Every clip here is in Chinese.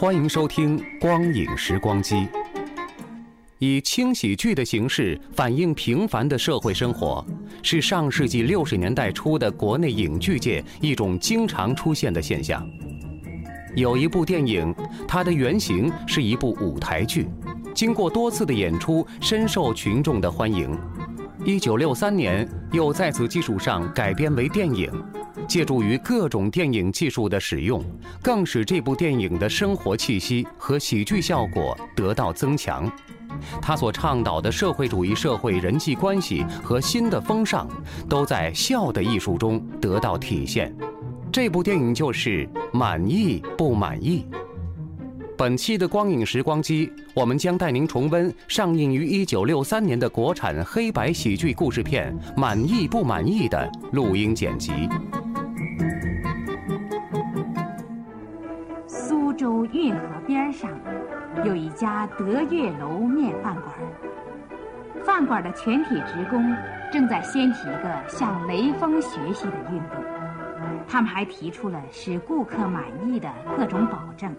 欢迎收听《光影时光机》，以轻喜剧的形式反映平凡的社会生活，是上世纪六十年代初的国内影剧界一种经常出现的现象。有一部电影，它的原型是一部舞台剧，经过多次的演出，深受群众的欢迎。一九六三年，又在此基础上改编为电影，借助于各种电影技术的使用，更使这部电影的生活气息和喜剧效果得到增强。他所倡导的社会主义社会人际关系和新的风尚，都在笑的艺术中得到体现。这部电影就是《满意不满意》。本期的光影时光机，我们将带您重温上映于一九六三年的国产黑白喜剧故事片《满意不满意》的录音剪辑。苏州运河边上有一家德月楼面饭馆儿，饭馆的全体职工正在掀起一个向雷锋学习的运动，他们还提出了使顾客满意的各种保证。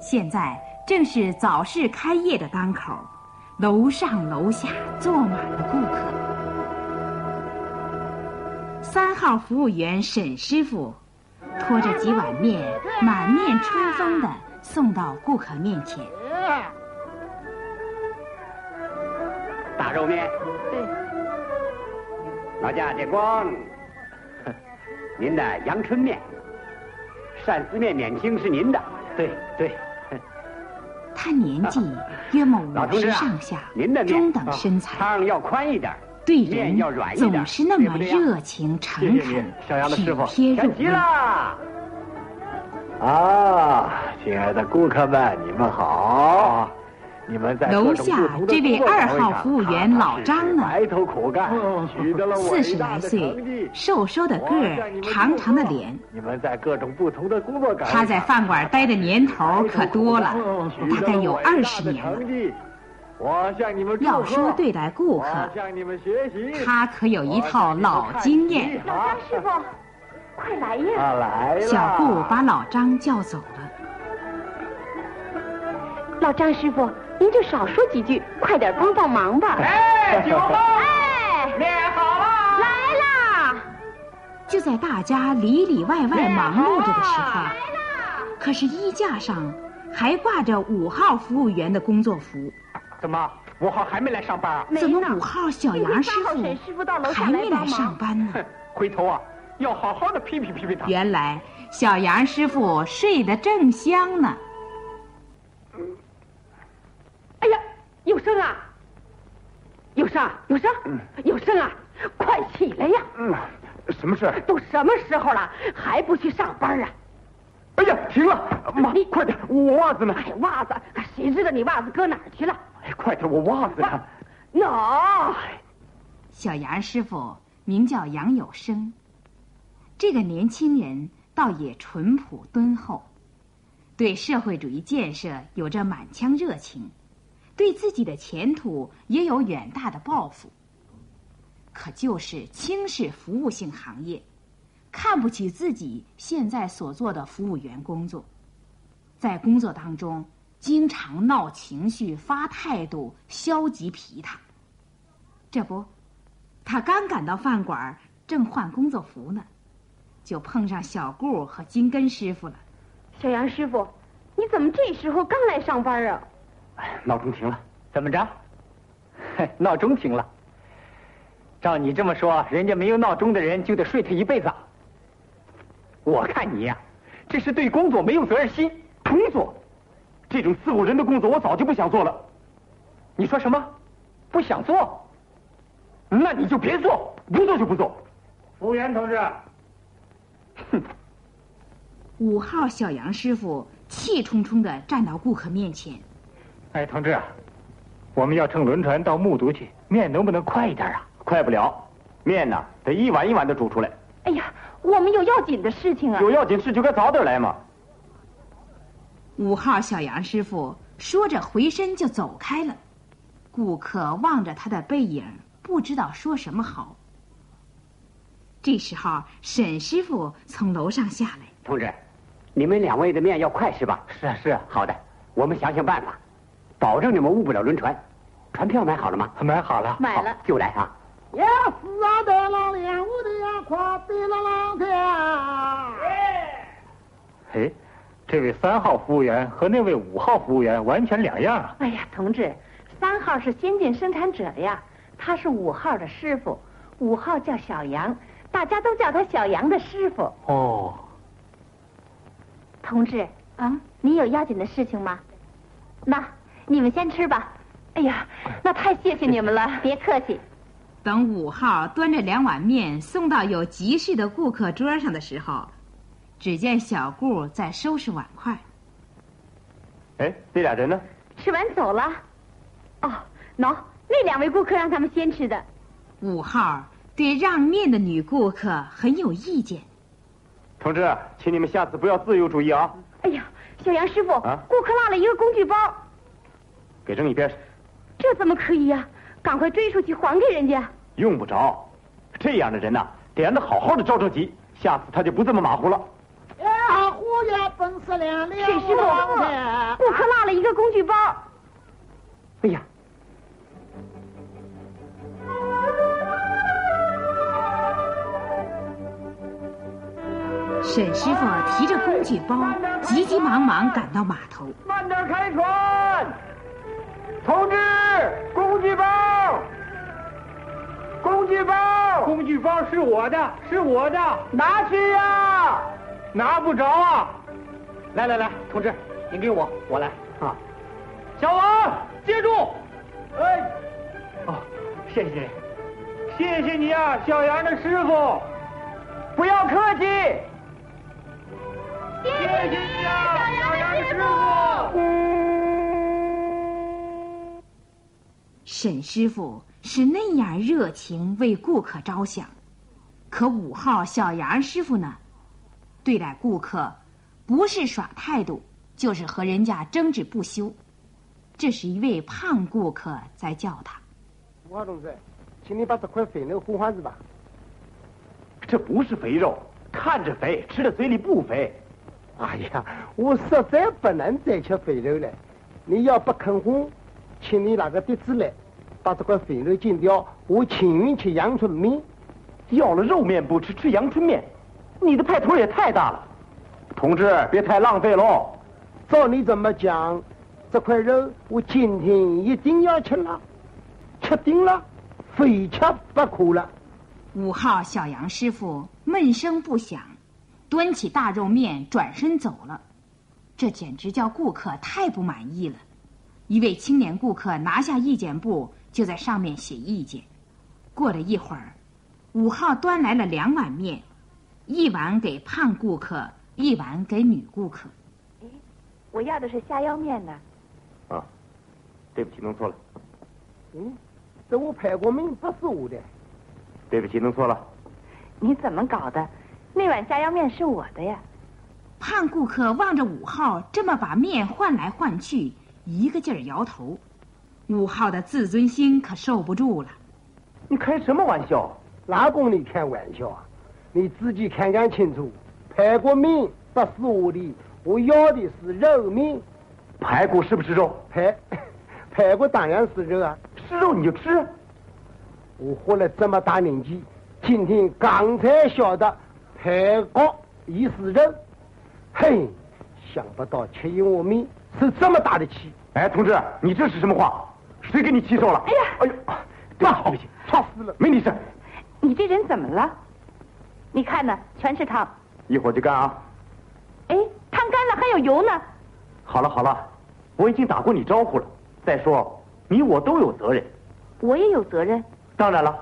现在正是早市开业的当口，楼上楼下坐满了顾客。三号服务员沈师傅拖着几碗面，满面春风的送到顾客面前。大肉面，对，劳驾借 光。您的阳春面，鳝丝面免清是您的。对对，他年纪约莫老五同志十啊上下，您的面啊中等身材，汤要宽一点儿，对面人要软一点儿，总是那么对不对呀热情谢诚谢您恳，，小杨的师体傅，贴入全齐微。啦！啊，亲爱的顾客们，你们好！你们在啊楼各种下不同的这位工作二岗位号上服务踏员踏老实张实呢哦埋头苦干，取得了四伟十大来的岁成绩，。瘦瘦的个我向你儿，们长长的祝贺脸。你们在各种不同的工作岗位上，他在饭馆待的年头可多了，取大得概了有伟二大十的年了成。绩。我向你们祝要贺说对待顾我客，向你们学习。他可有一套老经验。老张师傅，快来呀！啊，来了！小顾把老张叫走了，老张师傅，您就少说几句，快点帮帮忙吧。哎，九号哎，面好啦！来啦！就在大家里里外外忙碌着的时候，啊啊可是衣架上还挂着五号服务员的工作服，怎么，五号还没来上班啊？怎么五号小杨师今天刚好沈师傅傅到楼还下来没来帮忙上班呢？回头啊，要好好的批评批评他。原来小杨师傅睡得正香呢。哎呀，有声啊！有声，啊有声，有声啊！快起来呀！嗯，什么事？都什么时候了，还不去上班啊？哎呀，停了！妈，你快点，我袜子呢？哎，袜子，谁知道你袜子搁哪儿去了哎，快点，我袜子呢？ ？no，小杨师傅名叫杨有生，这个年轻人倒也淳朴敦厚，对社会主义建设有着满腔热情，对自己的前途也有远大的抱负。可就是轻视服务性行业，看不起自己现在所做的服务员工作，在工作当中经常闹情绪、发态度、消极皮他。这不，他刚赶到饭馆儿，正换工作服呢，就碰上小顾和金根师傅了。小杨师傅，你怎么这时候刚来上班啊？哎闹钟停了，怎么着？ 嘿闹钟停了。照你这么说，人家没有闹钟的人就得睡他一辈子啊。我看你呀、这是对工作没有责任心。工作，这种伺候人的工作我早就不想做了。你说什么？不想做？那你就别做，不做就不做。服务员同志，五号小杨师傅气冲冲地站到顾客面前，哎，同志啊，我们要乘轮船到木渎去，面能不能快一点啊？快不了，面呢得一碗一碗的煮出来。哎呀，我们有要紧的事情啊！要紧事就该早点来嘛。五号小杨师傅说着回身就走开了。顾客望着他的背影，不知道说什么好。这时候，沈师傅从楼上下来，同志，你们两位的面要快是吧？是啊，是啊，好的，我们想想办法，保证你们误不了轮船。船票买好了吗？买好了。买了好，就来啊！呀，死啊的啦，脸乌的呀，垮的啦啦的哎，这位三号服务员和那位五号服务员完全两样啊。哎呀，同志，三号是先进生产者呀，他是五号的师傅，五号叫小杨，大家都叫他小杨的师傅。哦，同志啊，你有要紧的事情吗？那你们先吃吧。哎呀，那太谢谢你们了，别客气。等五号端着两碗面送到有急事的顾客桌上的时候，只见小顾在收拾碗筷。哎，这俩人呢？吃完走了。哦，喏、那两位顾客让他们先吃的。五号对让面的女顾客很有意见，同志，啊请你们下次不要自由主义啊，哎呀，小杨师傅，啊顾客落了一个工具包，给扔一边去。这怎么可以呀、赶快追出去还给人家。用不着，这样的人呐、得让他好好的着着急，下次他就不这么马虎了。呀，胡呀，本是两两沈师傅，顾客落了一个工具包，哎呀，沈师傅提着工具包急急忙忙赶到码头。慢点开船，同志，工具包，工具包，工具包是我的，是我的，拿去呀、拿不着啊！来来来，同志，您给我，我来啊！小王，接住！哎，哦，谢谢，谢谢你啊，小杨的师傅，不要客气。谢谢你啊，小杨的师傅。沈师傅是那样热情为顾客着想，可五号小杨师傅呢，对待顾客不是耍态度，就是和人家争执不休。这是一位胖顾客在叫他。五号同志，请你把这块肥肉互换是吧？这不是肥肉，看着肥，吃到嘴里不肥。哎呀，我实在不能再吃肥肉了。你要不肯换，请你拿个碟子来，把这块肥肉剪掉，我请你吃阳春面。要了肉面不吃，吃阳春面，你的派头也太大了。同志，别太浪费喽。照你怎么讲，这块肉我今天一定要吃了，吃定了，非吃不可了。五号小杨师傅闷声不响，端起大肉面转身走了，这简直叫顾客太不满意了。一位青年顾客拿下意见簿，就在上面写意见。过了一会儿，五号端来了两碗面，一碗给胖顾客，一碗给女顾客。我要的是虾腰面呢。啊，对不起，弄错了，嗯，这我排过名不是我的，对不起，弄错了。你怎么搞的？那碗虾腰面是我的呀。胖顾客望着五号这么把面换来换去，一个劲儿摇头。五号的自尊心可受不住了。你开什么玩笑？哪供你开玩笑啊？你自己看看清楚，排过名不是我的，我要的是肉面。排骨是不是肉？排，排骨当然是肉啊。是肉你就吃。我活了这么大年纪，今天刚才晓得排骨也是肉，嘿，想不到吃一碗面受这么大的气。哎，同志，你这是什么话？谁给你气受了？哎呀，哎呦，对不起，对不起，烫死了，没你事。你这人怎么了？你看呢，全是汤。一会儿就干啊。哎，汤干了还有油呢。好了好了，我已经打过你招呼了。再说，你我都有责任。我也有责任。当然了，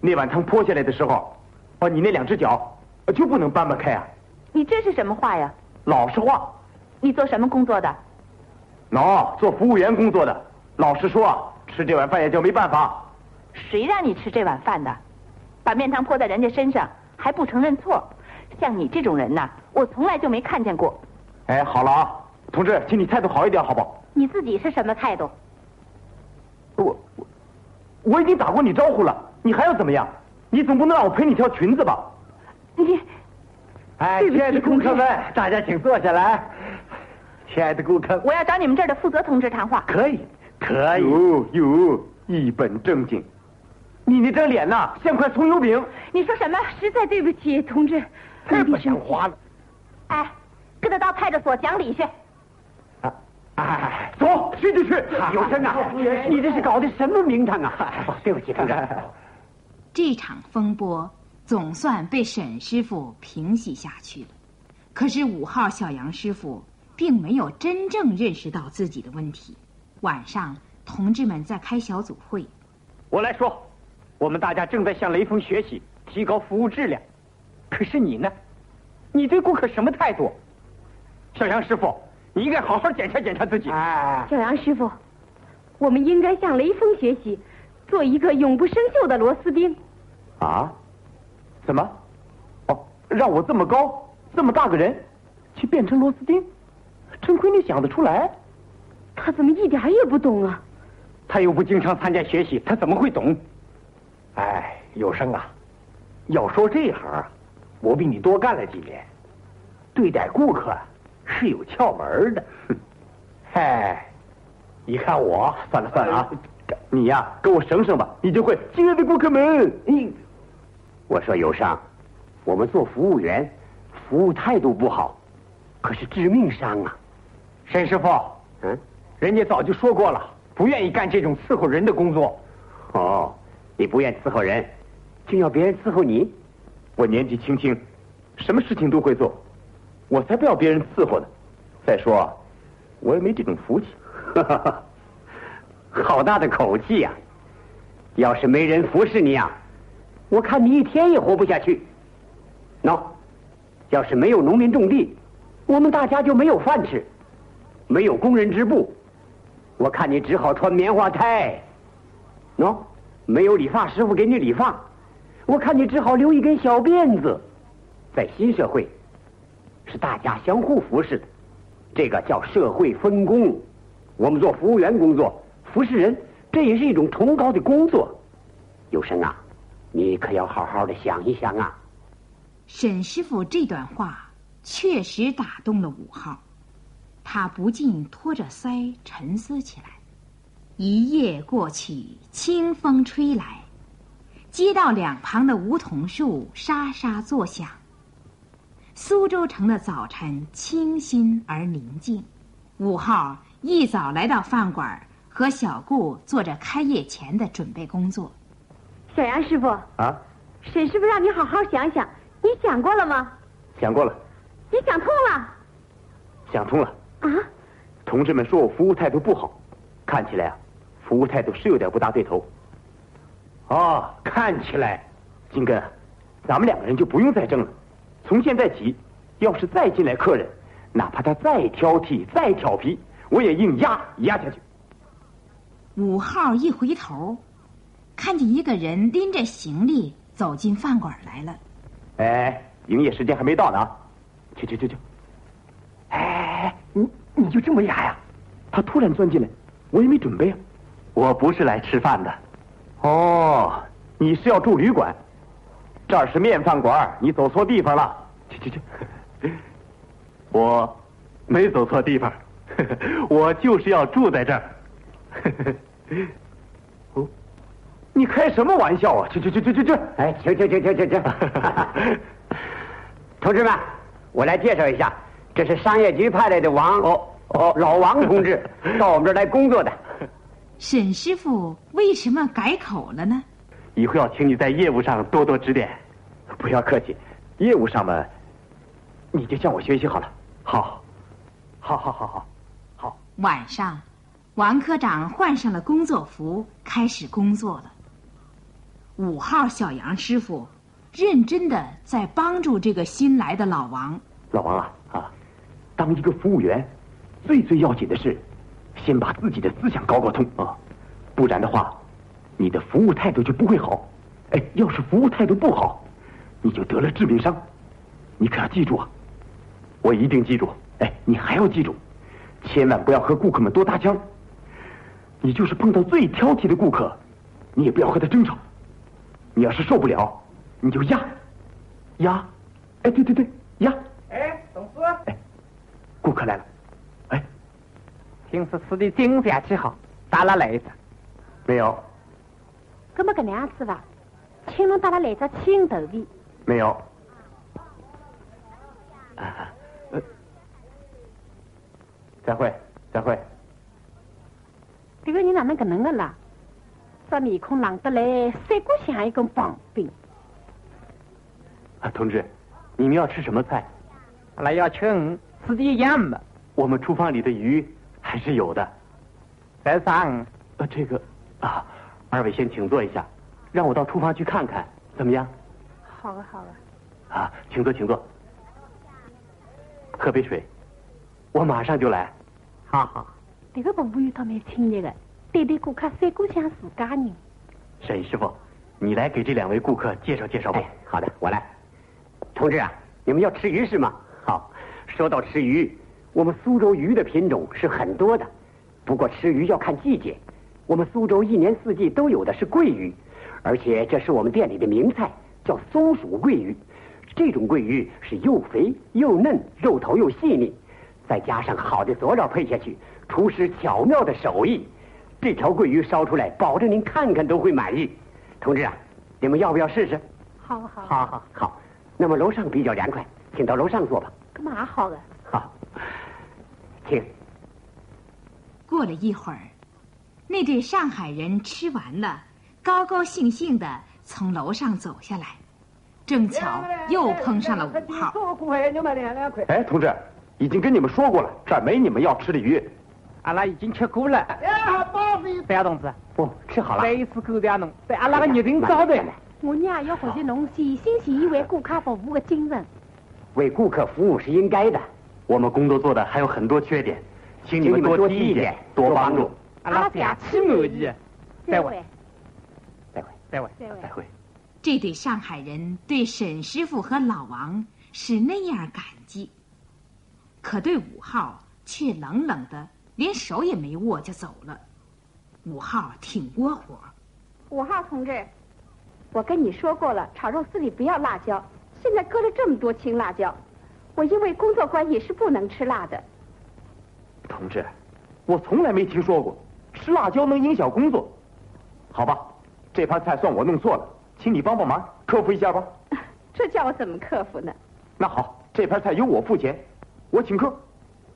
那碗汤泼下来的时候，把你那两只脚就不能搬不开啊。你这是什么话呀？老实话。你做什么工作的？喏、no,，做服务员工作的。老实说啊，吃这碗饭也就没办法。谁让你吃这碗饭的？把面汤泼在人家身上还不承认错，像你这种人呐、啊，我从来就没看见过。哎，好了啊，同志，请你态度好一点，好不好？你自己是什么态度？我我我已经打过你招呼了，你还要怎么样？你总不能让我赔你条裙子吧？你，哎，亲爱的顾客们，大家请坐下来。亲爱的顾客，我要找你们这儿的负责同志谈话。可以，可以。有有，嗯一本正经。你那张脸呐、啊，像块葱油饼。你说什么？实在对不起，同志，太不像话了。哎，跟他到派出所讲理去。啊，哎，走，去就去。有真啊，你这是搞的什么名堂啊？哦对不起，同志。这场风波总算被沈师傅平息下去了，可是五号小杨师傅并没有真正认识到自己的问题。晚上，同志们在开小组会，我来说。我们大家正在向雷锋学习，提高服务质量。可是你呢？你对顾客什么态度？小杨师傅，你应该好好检查检查自己。哎，小杨师傅，我们应该向雷锋学习，做一个永不生锈的螺丝钉。啊？怎么？哦，让我这么高、这么大个人，去变成螺丝钉？真亏你想得出来。他怎么一点也不懂啊？他又不经常参加学习，他怎么会懂？哎，有生啊，要说这行，啊我比你多干了几年，对待顾客是有窍门的。嗨，你看我，算了算了啊，呃你呀、啊，给我省省吧，你就会。亲爱的顾客们，你，我说有伤，我们做服务员，服务态度不好，可是致命伤啊。沈师傅，嗯，人家早就说过了，不愿意干这种伺候人的工作。哦。你不愿伺候人，就要别人伺候你。我年纪轻轻，什么事情都会做，我才不要别人伺候呢。再说，我也没这种福气。 好大的口气呀、啊！要是没人服侍你呀、啊，我看你一天也活不下去。喏、no,，要是没有农民种地，我们大家就没有饭吃；没有工人织布，我看你只好穿棉花胎。喏、no?。没有理发师傅给你理发，我看你只好留一根小辫子。在新社会，是大家相互服侍的，这个叫社会分工。我们做服务员工作，服侍人，这也是一种崇高的工作。有生啊，你可要好好的想一想啊。沈师傅这段话确实打动了五号，他不禁托着腮沉思起来。一夜过去，清风吹来，街道两旁的梧桐树沙沙作响。苏州城的早晨清新而宁静。五号一早来到饭馆，和小顾做着开业前的准备工作。小杨师傅啊，沈师傅让你好好想想，你想过了吗？想过了。你想通了？想通了。啊？同志们说我服务态度不好，看起来啊。服务态度是有点不大对头。哦，看起来，金根，咱们两个人就不用再争了。从现在起，要是再进来客人，哪怕他再挑剔、再调皮，我也硬压压下去。五号一回头，看见一个人拎着行李走进饭馆来了。哎，营业时间还没到呢，啊去去去去。哎，你你就这么压呀？他突然钻进来，我也没准备啊。我不是来吃饭的，哦，你是要住旅馆？这儿是面饭馆，你走错地方了。去去去，我没走错地方， 我就是要住在这儿。哦，你开什么玩笑啊？去去去去去去！哎，停停停停停 停！同志们，我来介绍一下，这是商业局派来的王哦哦老王同志哦到我们这儿来工作的。沈师傅为什么改口了呢？以后要请你在业务上多多指点。不要客气，业务上嘛，你就向我学习好了。好，好好好好好。晚上，王科长换上了工作服，开始工作了。五号小杨师傅认真的在帮助这个新来的老王。老王啊啊，当一个服务员，最最要紧的是，先把自己的思想搞搞通啊，不然的话，你的服务态度就不会好。哎，要是服务态度不好，你就得了致命伤。你可要记住啊！我一定记住。哎，你还要记住，千万不要和顾客们多搭腔。你就是碰到最挑剔的顾客，你也不要和他争吵。你要是受不了，你就压，压。哎，对对对，压。哎，董事。哎，顾客来了。哎，听说吃的真下气好，打了来着？没有。搿么搿能样子伐？请侬带了来只青豆皮。没有。啊呃、再会，再会。这个人哪能搿能个啦？这面孔冷得来，三过像一根棒冰。啊，同志，你们要吃什么菜？阿拉要吃鱼，吃的一样嘛。我们厨房里的鱼还是有的。白啥鱼？呃，这个啊，二位先请坐一下，让我到厨房去看看，怎么样？好的，好的。啊，请坐，请坐。喝杯水，我马上就来。好好，这个服务员倒蛮亲切的，对待顾客三顾像自家人。沈师傅，你来给这两位顾客介绍介绍吧。哎、好的，我来。同志啊，你们要吃鱼是吗？好，说到吃鱼，我们苏州鱼的品种是很多的，不过吃鱼要看季节。我们苏州一年四季都有的是桂鱼，而且这是我们店里的名菜，叫松鼠桂鱼。这种桂鱼是又肥又嫩，肉头又细腻，再加上好的佐料配下去，厨师巧妙的手艺，这条桂鱼烧出来，保证您看看都会满意。同志啊，你们要不要试试？好啊好好好好。那么楼上比较凉快，请到楼上坐吧。干嘛好啊了？好，请。过了一会儿，那对上海人吃完了，高高兴兴的从楼上走下来。正巧又碰上了五号。哎，同志，已经跟你们说过了，这儿没你们要吃的鱼。阿、啊、拉已经吃过了。啊白亚同志，哦，吃好了。再一次感谢侬对阿拉的热情招待。我呢也要学习侬全心全意为顾客服务的精神。为顾客服务是应该的。我们工作做的还有很多缺点，请你们多提意见，多帮助。阿拉假期满意。再会。再会。再会。再会。这对上海人对沈师傅和老王是那样感激，可对五号却冷冷的，连手也没握就走了。五号挺窝火。五号同志，我跟你说过了，炒肉丝里不要辣椒。现在搁了这么多青辣椒，我因为工作关系是不能吃辣的。同志，我从来没听说过吃辣椒能影响工作。好吧，这盘菜算我弄错了。请你帮帮忙，克服一下吧。这叫我怎么克服呢？那好，这盘菜由我付钱，我请客。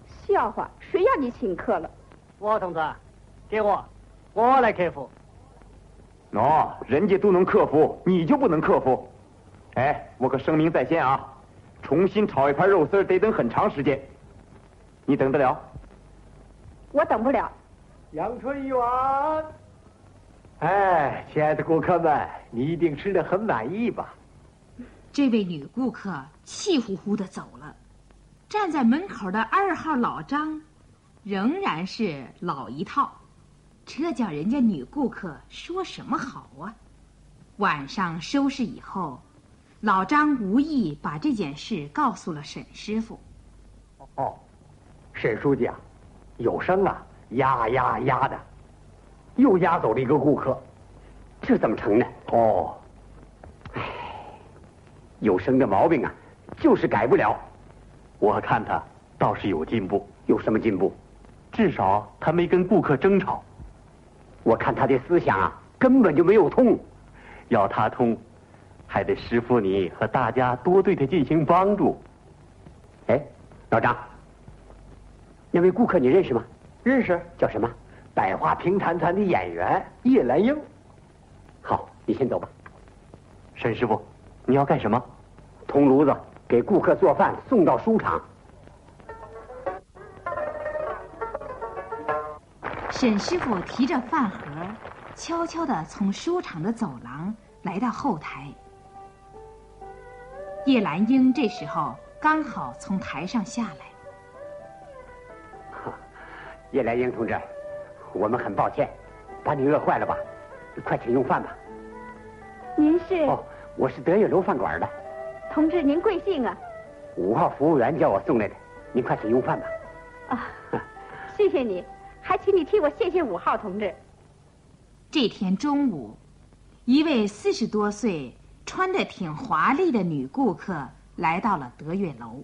笑话，谁要你请客了？我同志，给我，我来克服。喏、no,，人家都能克服，你就不能克服。哎，我可声明在先啊，重新炒一盘肉丝得等很长时间，你等得了？我等不了。阳春一碗。哎，亲爱的顾客们，你一定吃的很满意吧？这位女顾客气呼呼的走了，站在门口的二号老张，仍然是老一套，这叫人家女顾客说什么好啊？晚上收拾以后，老张无意把这件事告诉了沈师傅。哦，沈书记啊，有声啊，呀呀呀的。又押走了一个顾客，这怎么成呢？哦，唉，有生的毛病啊，就是改不了。我看他倒是有进步。有什么进步？至少他没跟顾客争吵。我看他的思想啊，根本就没有通。要他通，还得师傅你和大家多对他进行帮助。哎，老张，那位顾客你认识吗？认识，叫什么？百花评弹团的演员叶兰英。好，你先走吧。沈师傅，你要干什么？铜炉子给顾客做饭，送到书场。沈师傅提着饭盒，悄悄地从书场的走廊来到后台。叶兰英这时候刚好从台上下来。叶兰英同志，我们很抱歉，把你饿坏了吧？快请用饭吧。您是？哦，我是德月楼饭馆的。同志，您贵姓啊？五号服务员叫我送来的，您快请用饭吧。啊，谢谢你。还请你替我谢谢五号同志。这天中午，一位四十多岁、穿得挺华丽的女顾客来到了德月楼，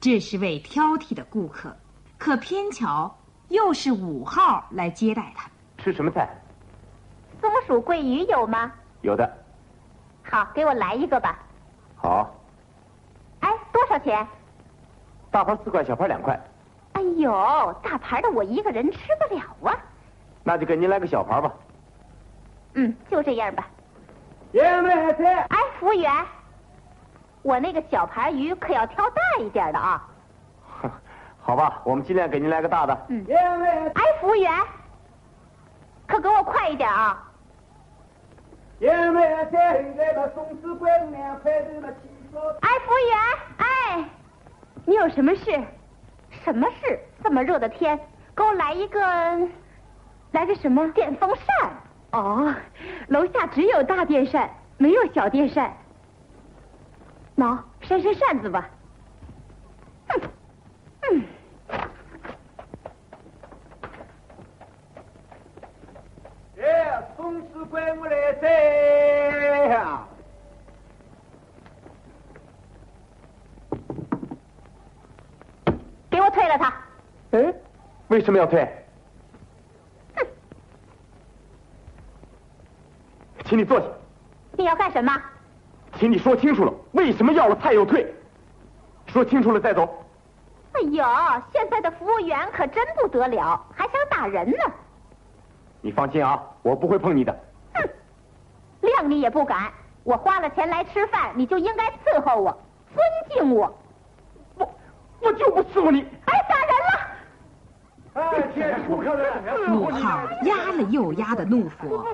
这是位挑剔的顾客，可偏巧又是五号来接待她。吃什么菜？松鼠桂鱼有吗？有的。好，给我来一个吧。好。哎，多少钱？大盘四块，小盘两块。哎呦，大盘的我一个人吃不了啊！那就给您来个小盘吧。嗯，就这样吧。爷爷们还吃？哎，服务员，我那个小盘鱼可要挑大一点的啊。 好吧，我们尽量给您来个大的。嗯。爷爷们哎，服务员，可给我快一点啊！爷爷们还吃？哎，服务员，哎，你有什么事？什么事？这么热的天，给我来一个，来个什么电风扇？哦，楼下只有大电扇，没有小电扇。喏，扇扇扇子吧。嗯嗯。哎，风师怪我来噻呀！给我退了他！哎，为什么要退？哼，请你坐下。你要干什么？请你说清楚了，为什么要了菜又退？说清楚了再走。哎呦，现在的服务员可真不得了，还想打人呢。你放心啊，我不会碰你的。哼，谅你也不敢。我花了钱来吃饭，你就应该伺候我，尊敬我。我就不伺候你！哎，打人了！哎，天，顾客来了！五号压了又压的怒火，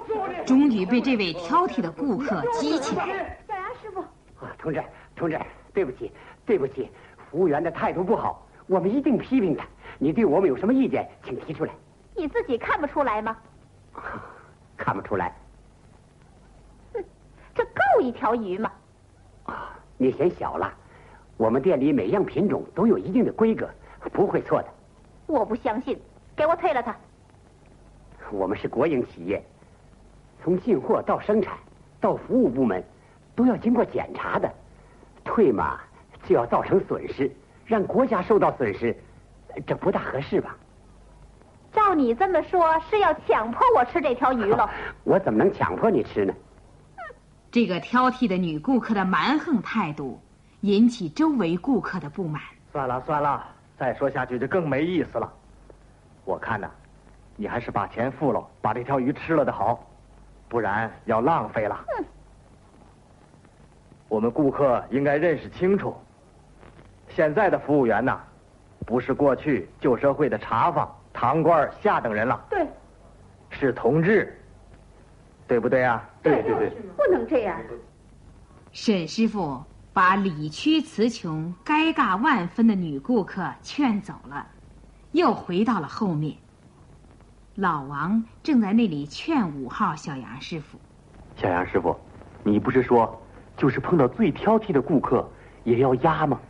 终于被这位挑剔的顾客激起来。小杨师傅，啊，同志，同志，对不起，对不起，服务员的态度不好，我们一定批评他。你对我们有什么意见，请提出来。你自己看不出来吗？看不出来。哼、嗯，这够一条鱼吗？啊，你嫌小了。我们店里每样品种都有一定的规格，不会错的。我不相信，给我退了他。我们是国营企业，从进货到生产到服务部门，都要经过检查的。退嘛，就要造成损失，让国家受到损失，这不大合适吧？照你这么说，是要强迫我吃这条 鱼了？我怎么能强迫你吃呢？这个挑剔的女顾客的蛮横态度。引起周围顾客的不满。算了算了，再说下去就更没意思了。我看呐、啊，你还是把钱付了，把这条鱼吃了的好，不然要浪费了。嗯、我们顾客应该认识清楚，现在的服务员呐、啊，不是过去旧社会的茶坊、堂官、下等人了。对，是同志，对不对啊？对对对，不能这样。沈师傅。把理屈词穷、尴尬万分的女顾客劝走了，又回到了后面。老王正在那里劝五号小杨师傅：“小杨师傅，你不是说，就是碰到最挑剔的顾客也要压吗？”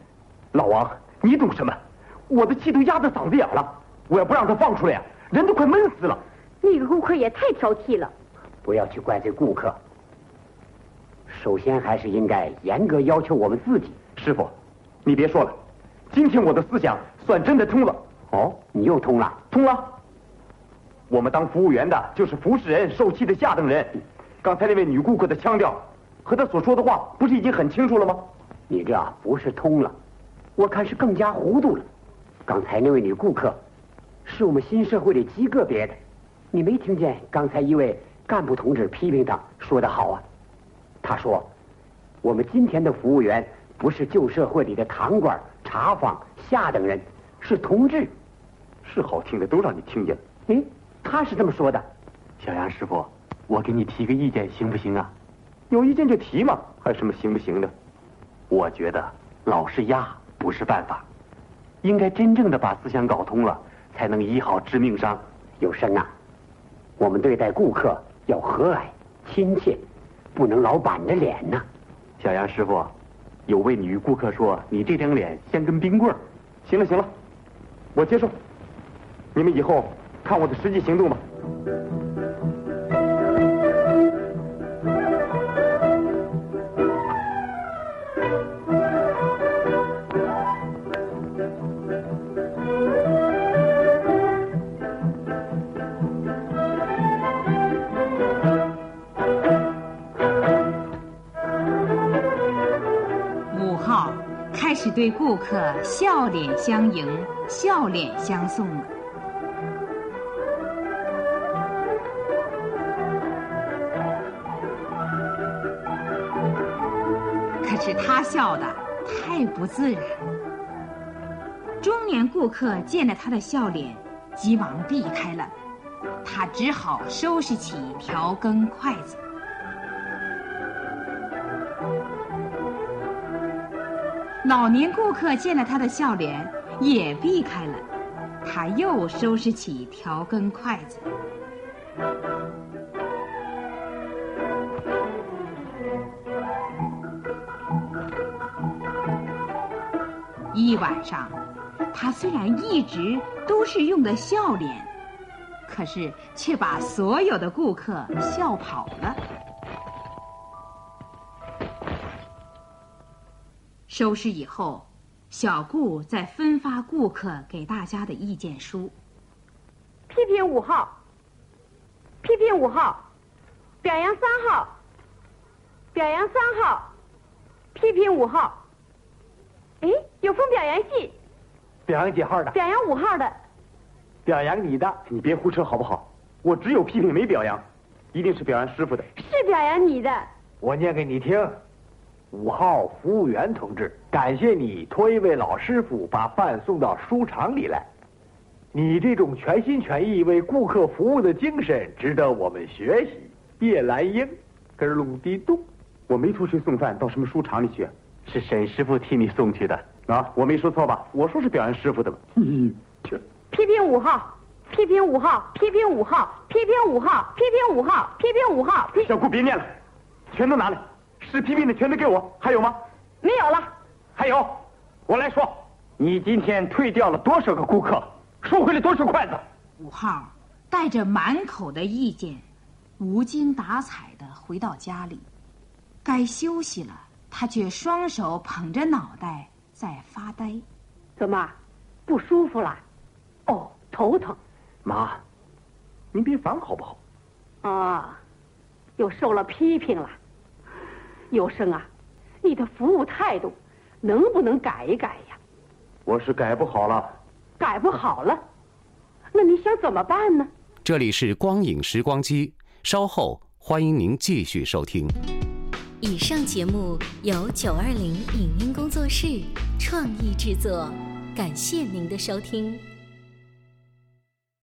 老王，你懂什么？我的气都压到嗓子眼了，我要不让他放出来呀、啊，人都快闷死了。那个顾客也太挑剔了，不要去怪罪顾客。首先还是应该严格要求我们自己，师傅，你别说了，今天我的思想算真的通了。哦，你又通了，通了。我们当服务员的就是服侍人、受气的下等人。刚才那位女顾客的腔调和她所说的话，不是已经很清楚了吗？你这啊不是通了，我看是更加糊涂了。刚才那位女顾客是我们新社会里极个别的，你没听见刚才一位干部同志批评她说得好啊？他说，我们今天的服务员不是旧社会里的堂倌、茶坊、下等人，是同志。是好听的都让你听见。哎，他是这么说的。小杨师傅，我给你提个意见，行不行啊？有意见就提嘛，还什么行不行的？我觉得老是压不是办法，应该真正的把思想搞通了，才能医好致命伤。有生啊，我们对待顾客要和蔼亲切，不能老板着脸呐、啊。小杨师傅，有位女顾客说你这张脸像根冰棍儿。行了行了，我接受。你们以后看我的实际行动吧。五号开始对顾客笑脸相迎、笑脸相送了。是他笑的太不自然，中年顾客见了他的笑脸，急忙避开了，他只好收拾起调羹筷子。老年顾客见了他的笑脸，也避开了，他又收拾起调羹筷子。一晚上，他虽然一直都是用的笑脸，可是却把所有的顾客笑跑了。收拾以后，小顾再分发顾客给大家的意见书。批评五号，批评五号，表扬三号，表扬三号，批评五号。哎，有封表扬信，表扬几号的？表扬五号的，表扬你的。你别胡扯好不好？我只有批评没表扬，一定是表扬师傅的。是表扬你的。我念给你听，五号服务员同志，感谢你托一位老师傅把饭送到书场里来，你这种全心全意为顾客服务的精神值得我们学习。夜来莺，咯隆滴咚，我没托谁送饭到什么书场里去。是沈师傅替你送去的啊，我没说错吧？我说是表扬 师傅的吧？嗯，批评五号，批评五号，批评五号，批评五号，批评五号，批评五号。小顾别念了，全都拿来，是批评的全都给我，还有吗？没有了。还有，我来说，你今天退掉了多少个顾客，收回了多少筷子？五号带着满口的意见，无精打采的回到家里，该休息了。他却双手捧着脑袋在发呆，怎么不舒服了？哦，头疼。妈，您别烦好不好？啊、哦，又受了批评了。有生啊，你的服务态度能不能改一改呀？我是改不好了。改不好了，那你想怎么办呢？这里是光影时光机，稍后欢迎您继续收听。以上节目由九二零影音工作室创意制作，感谢您的收听。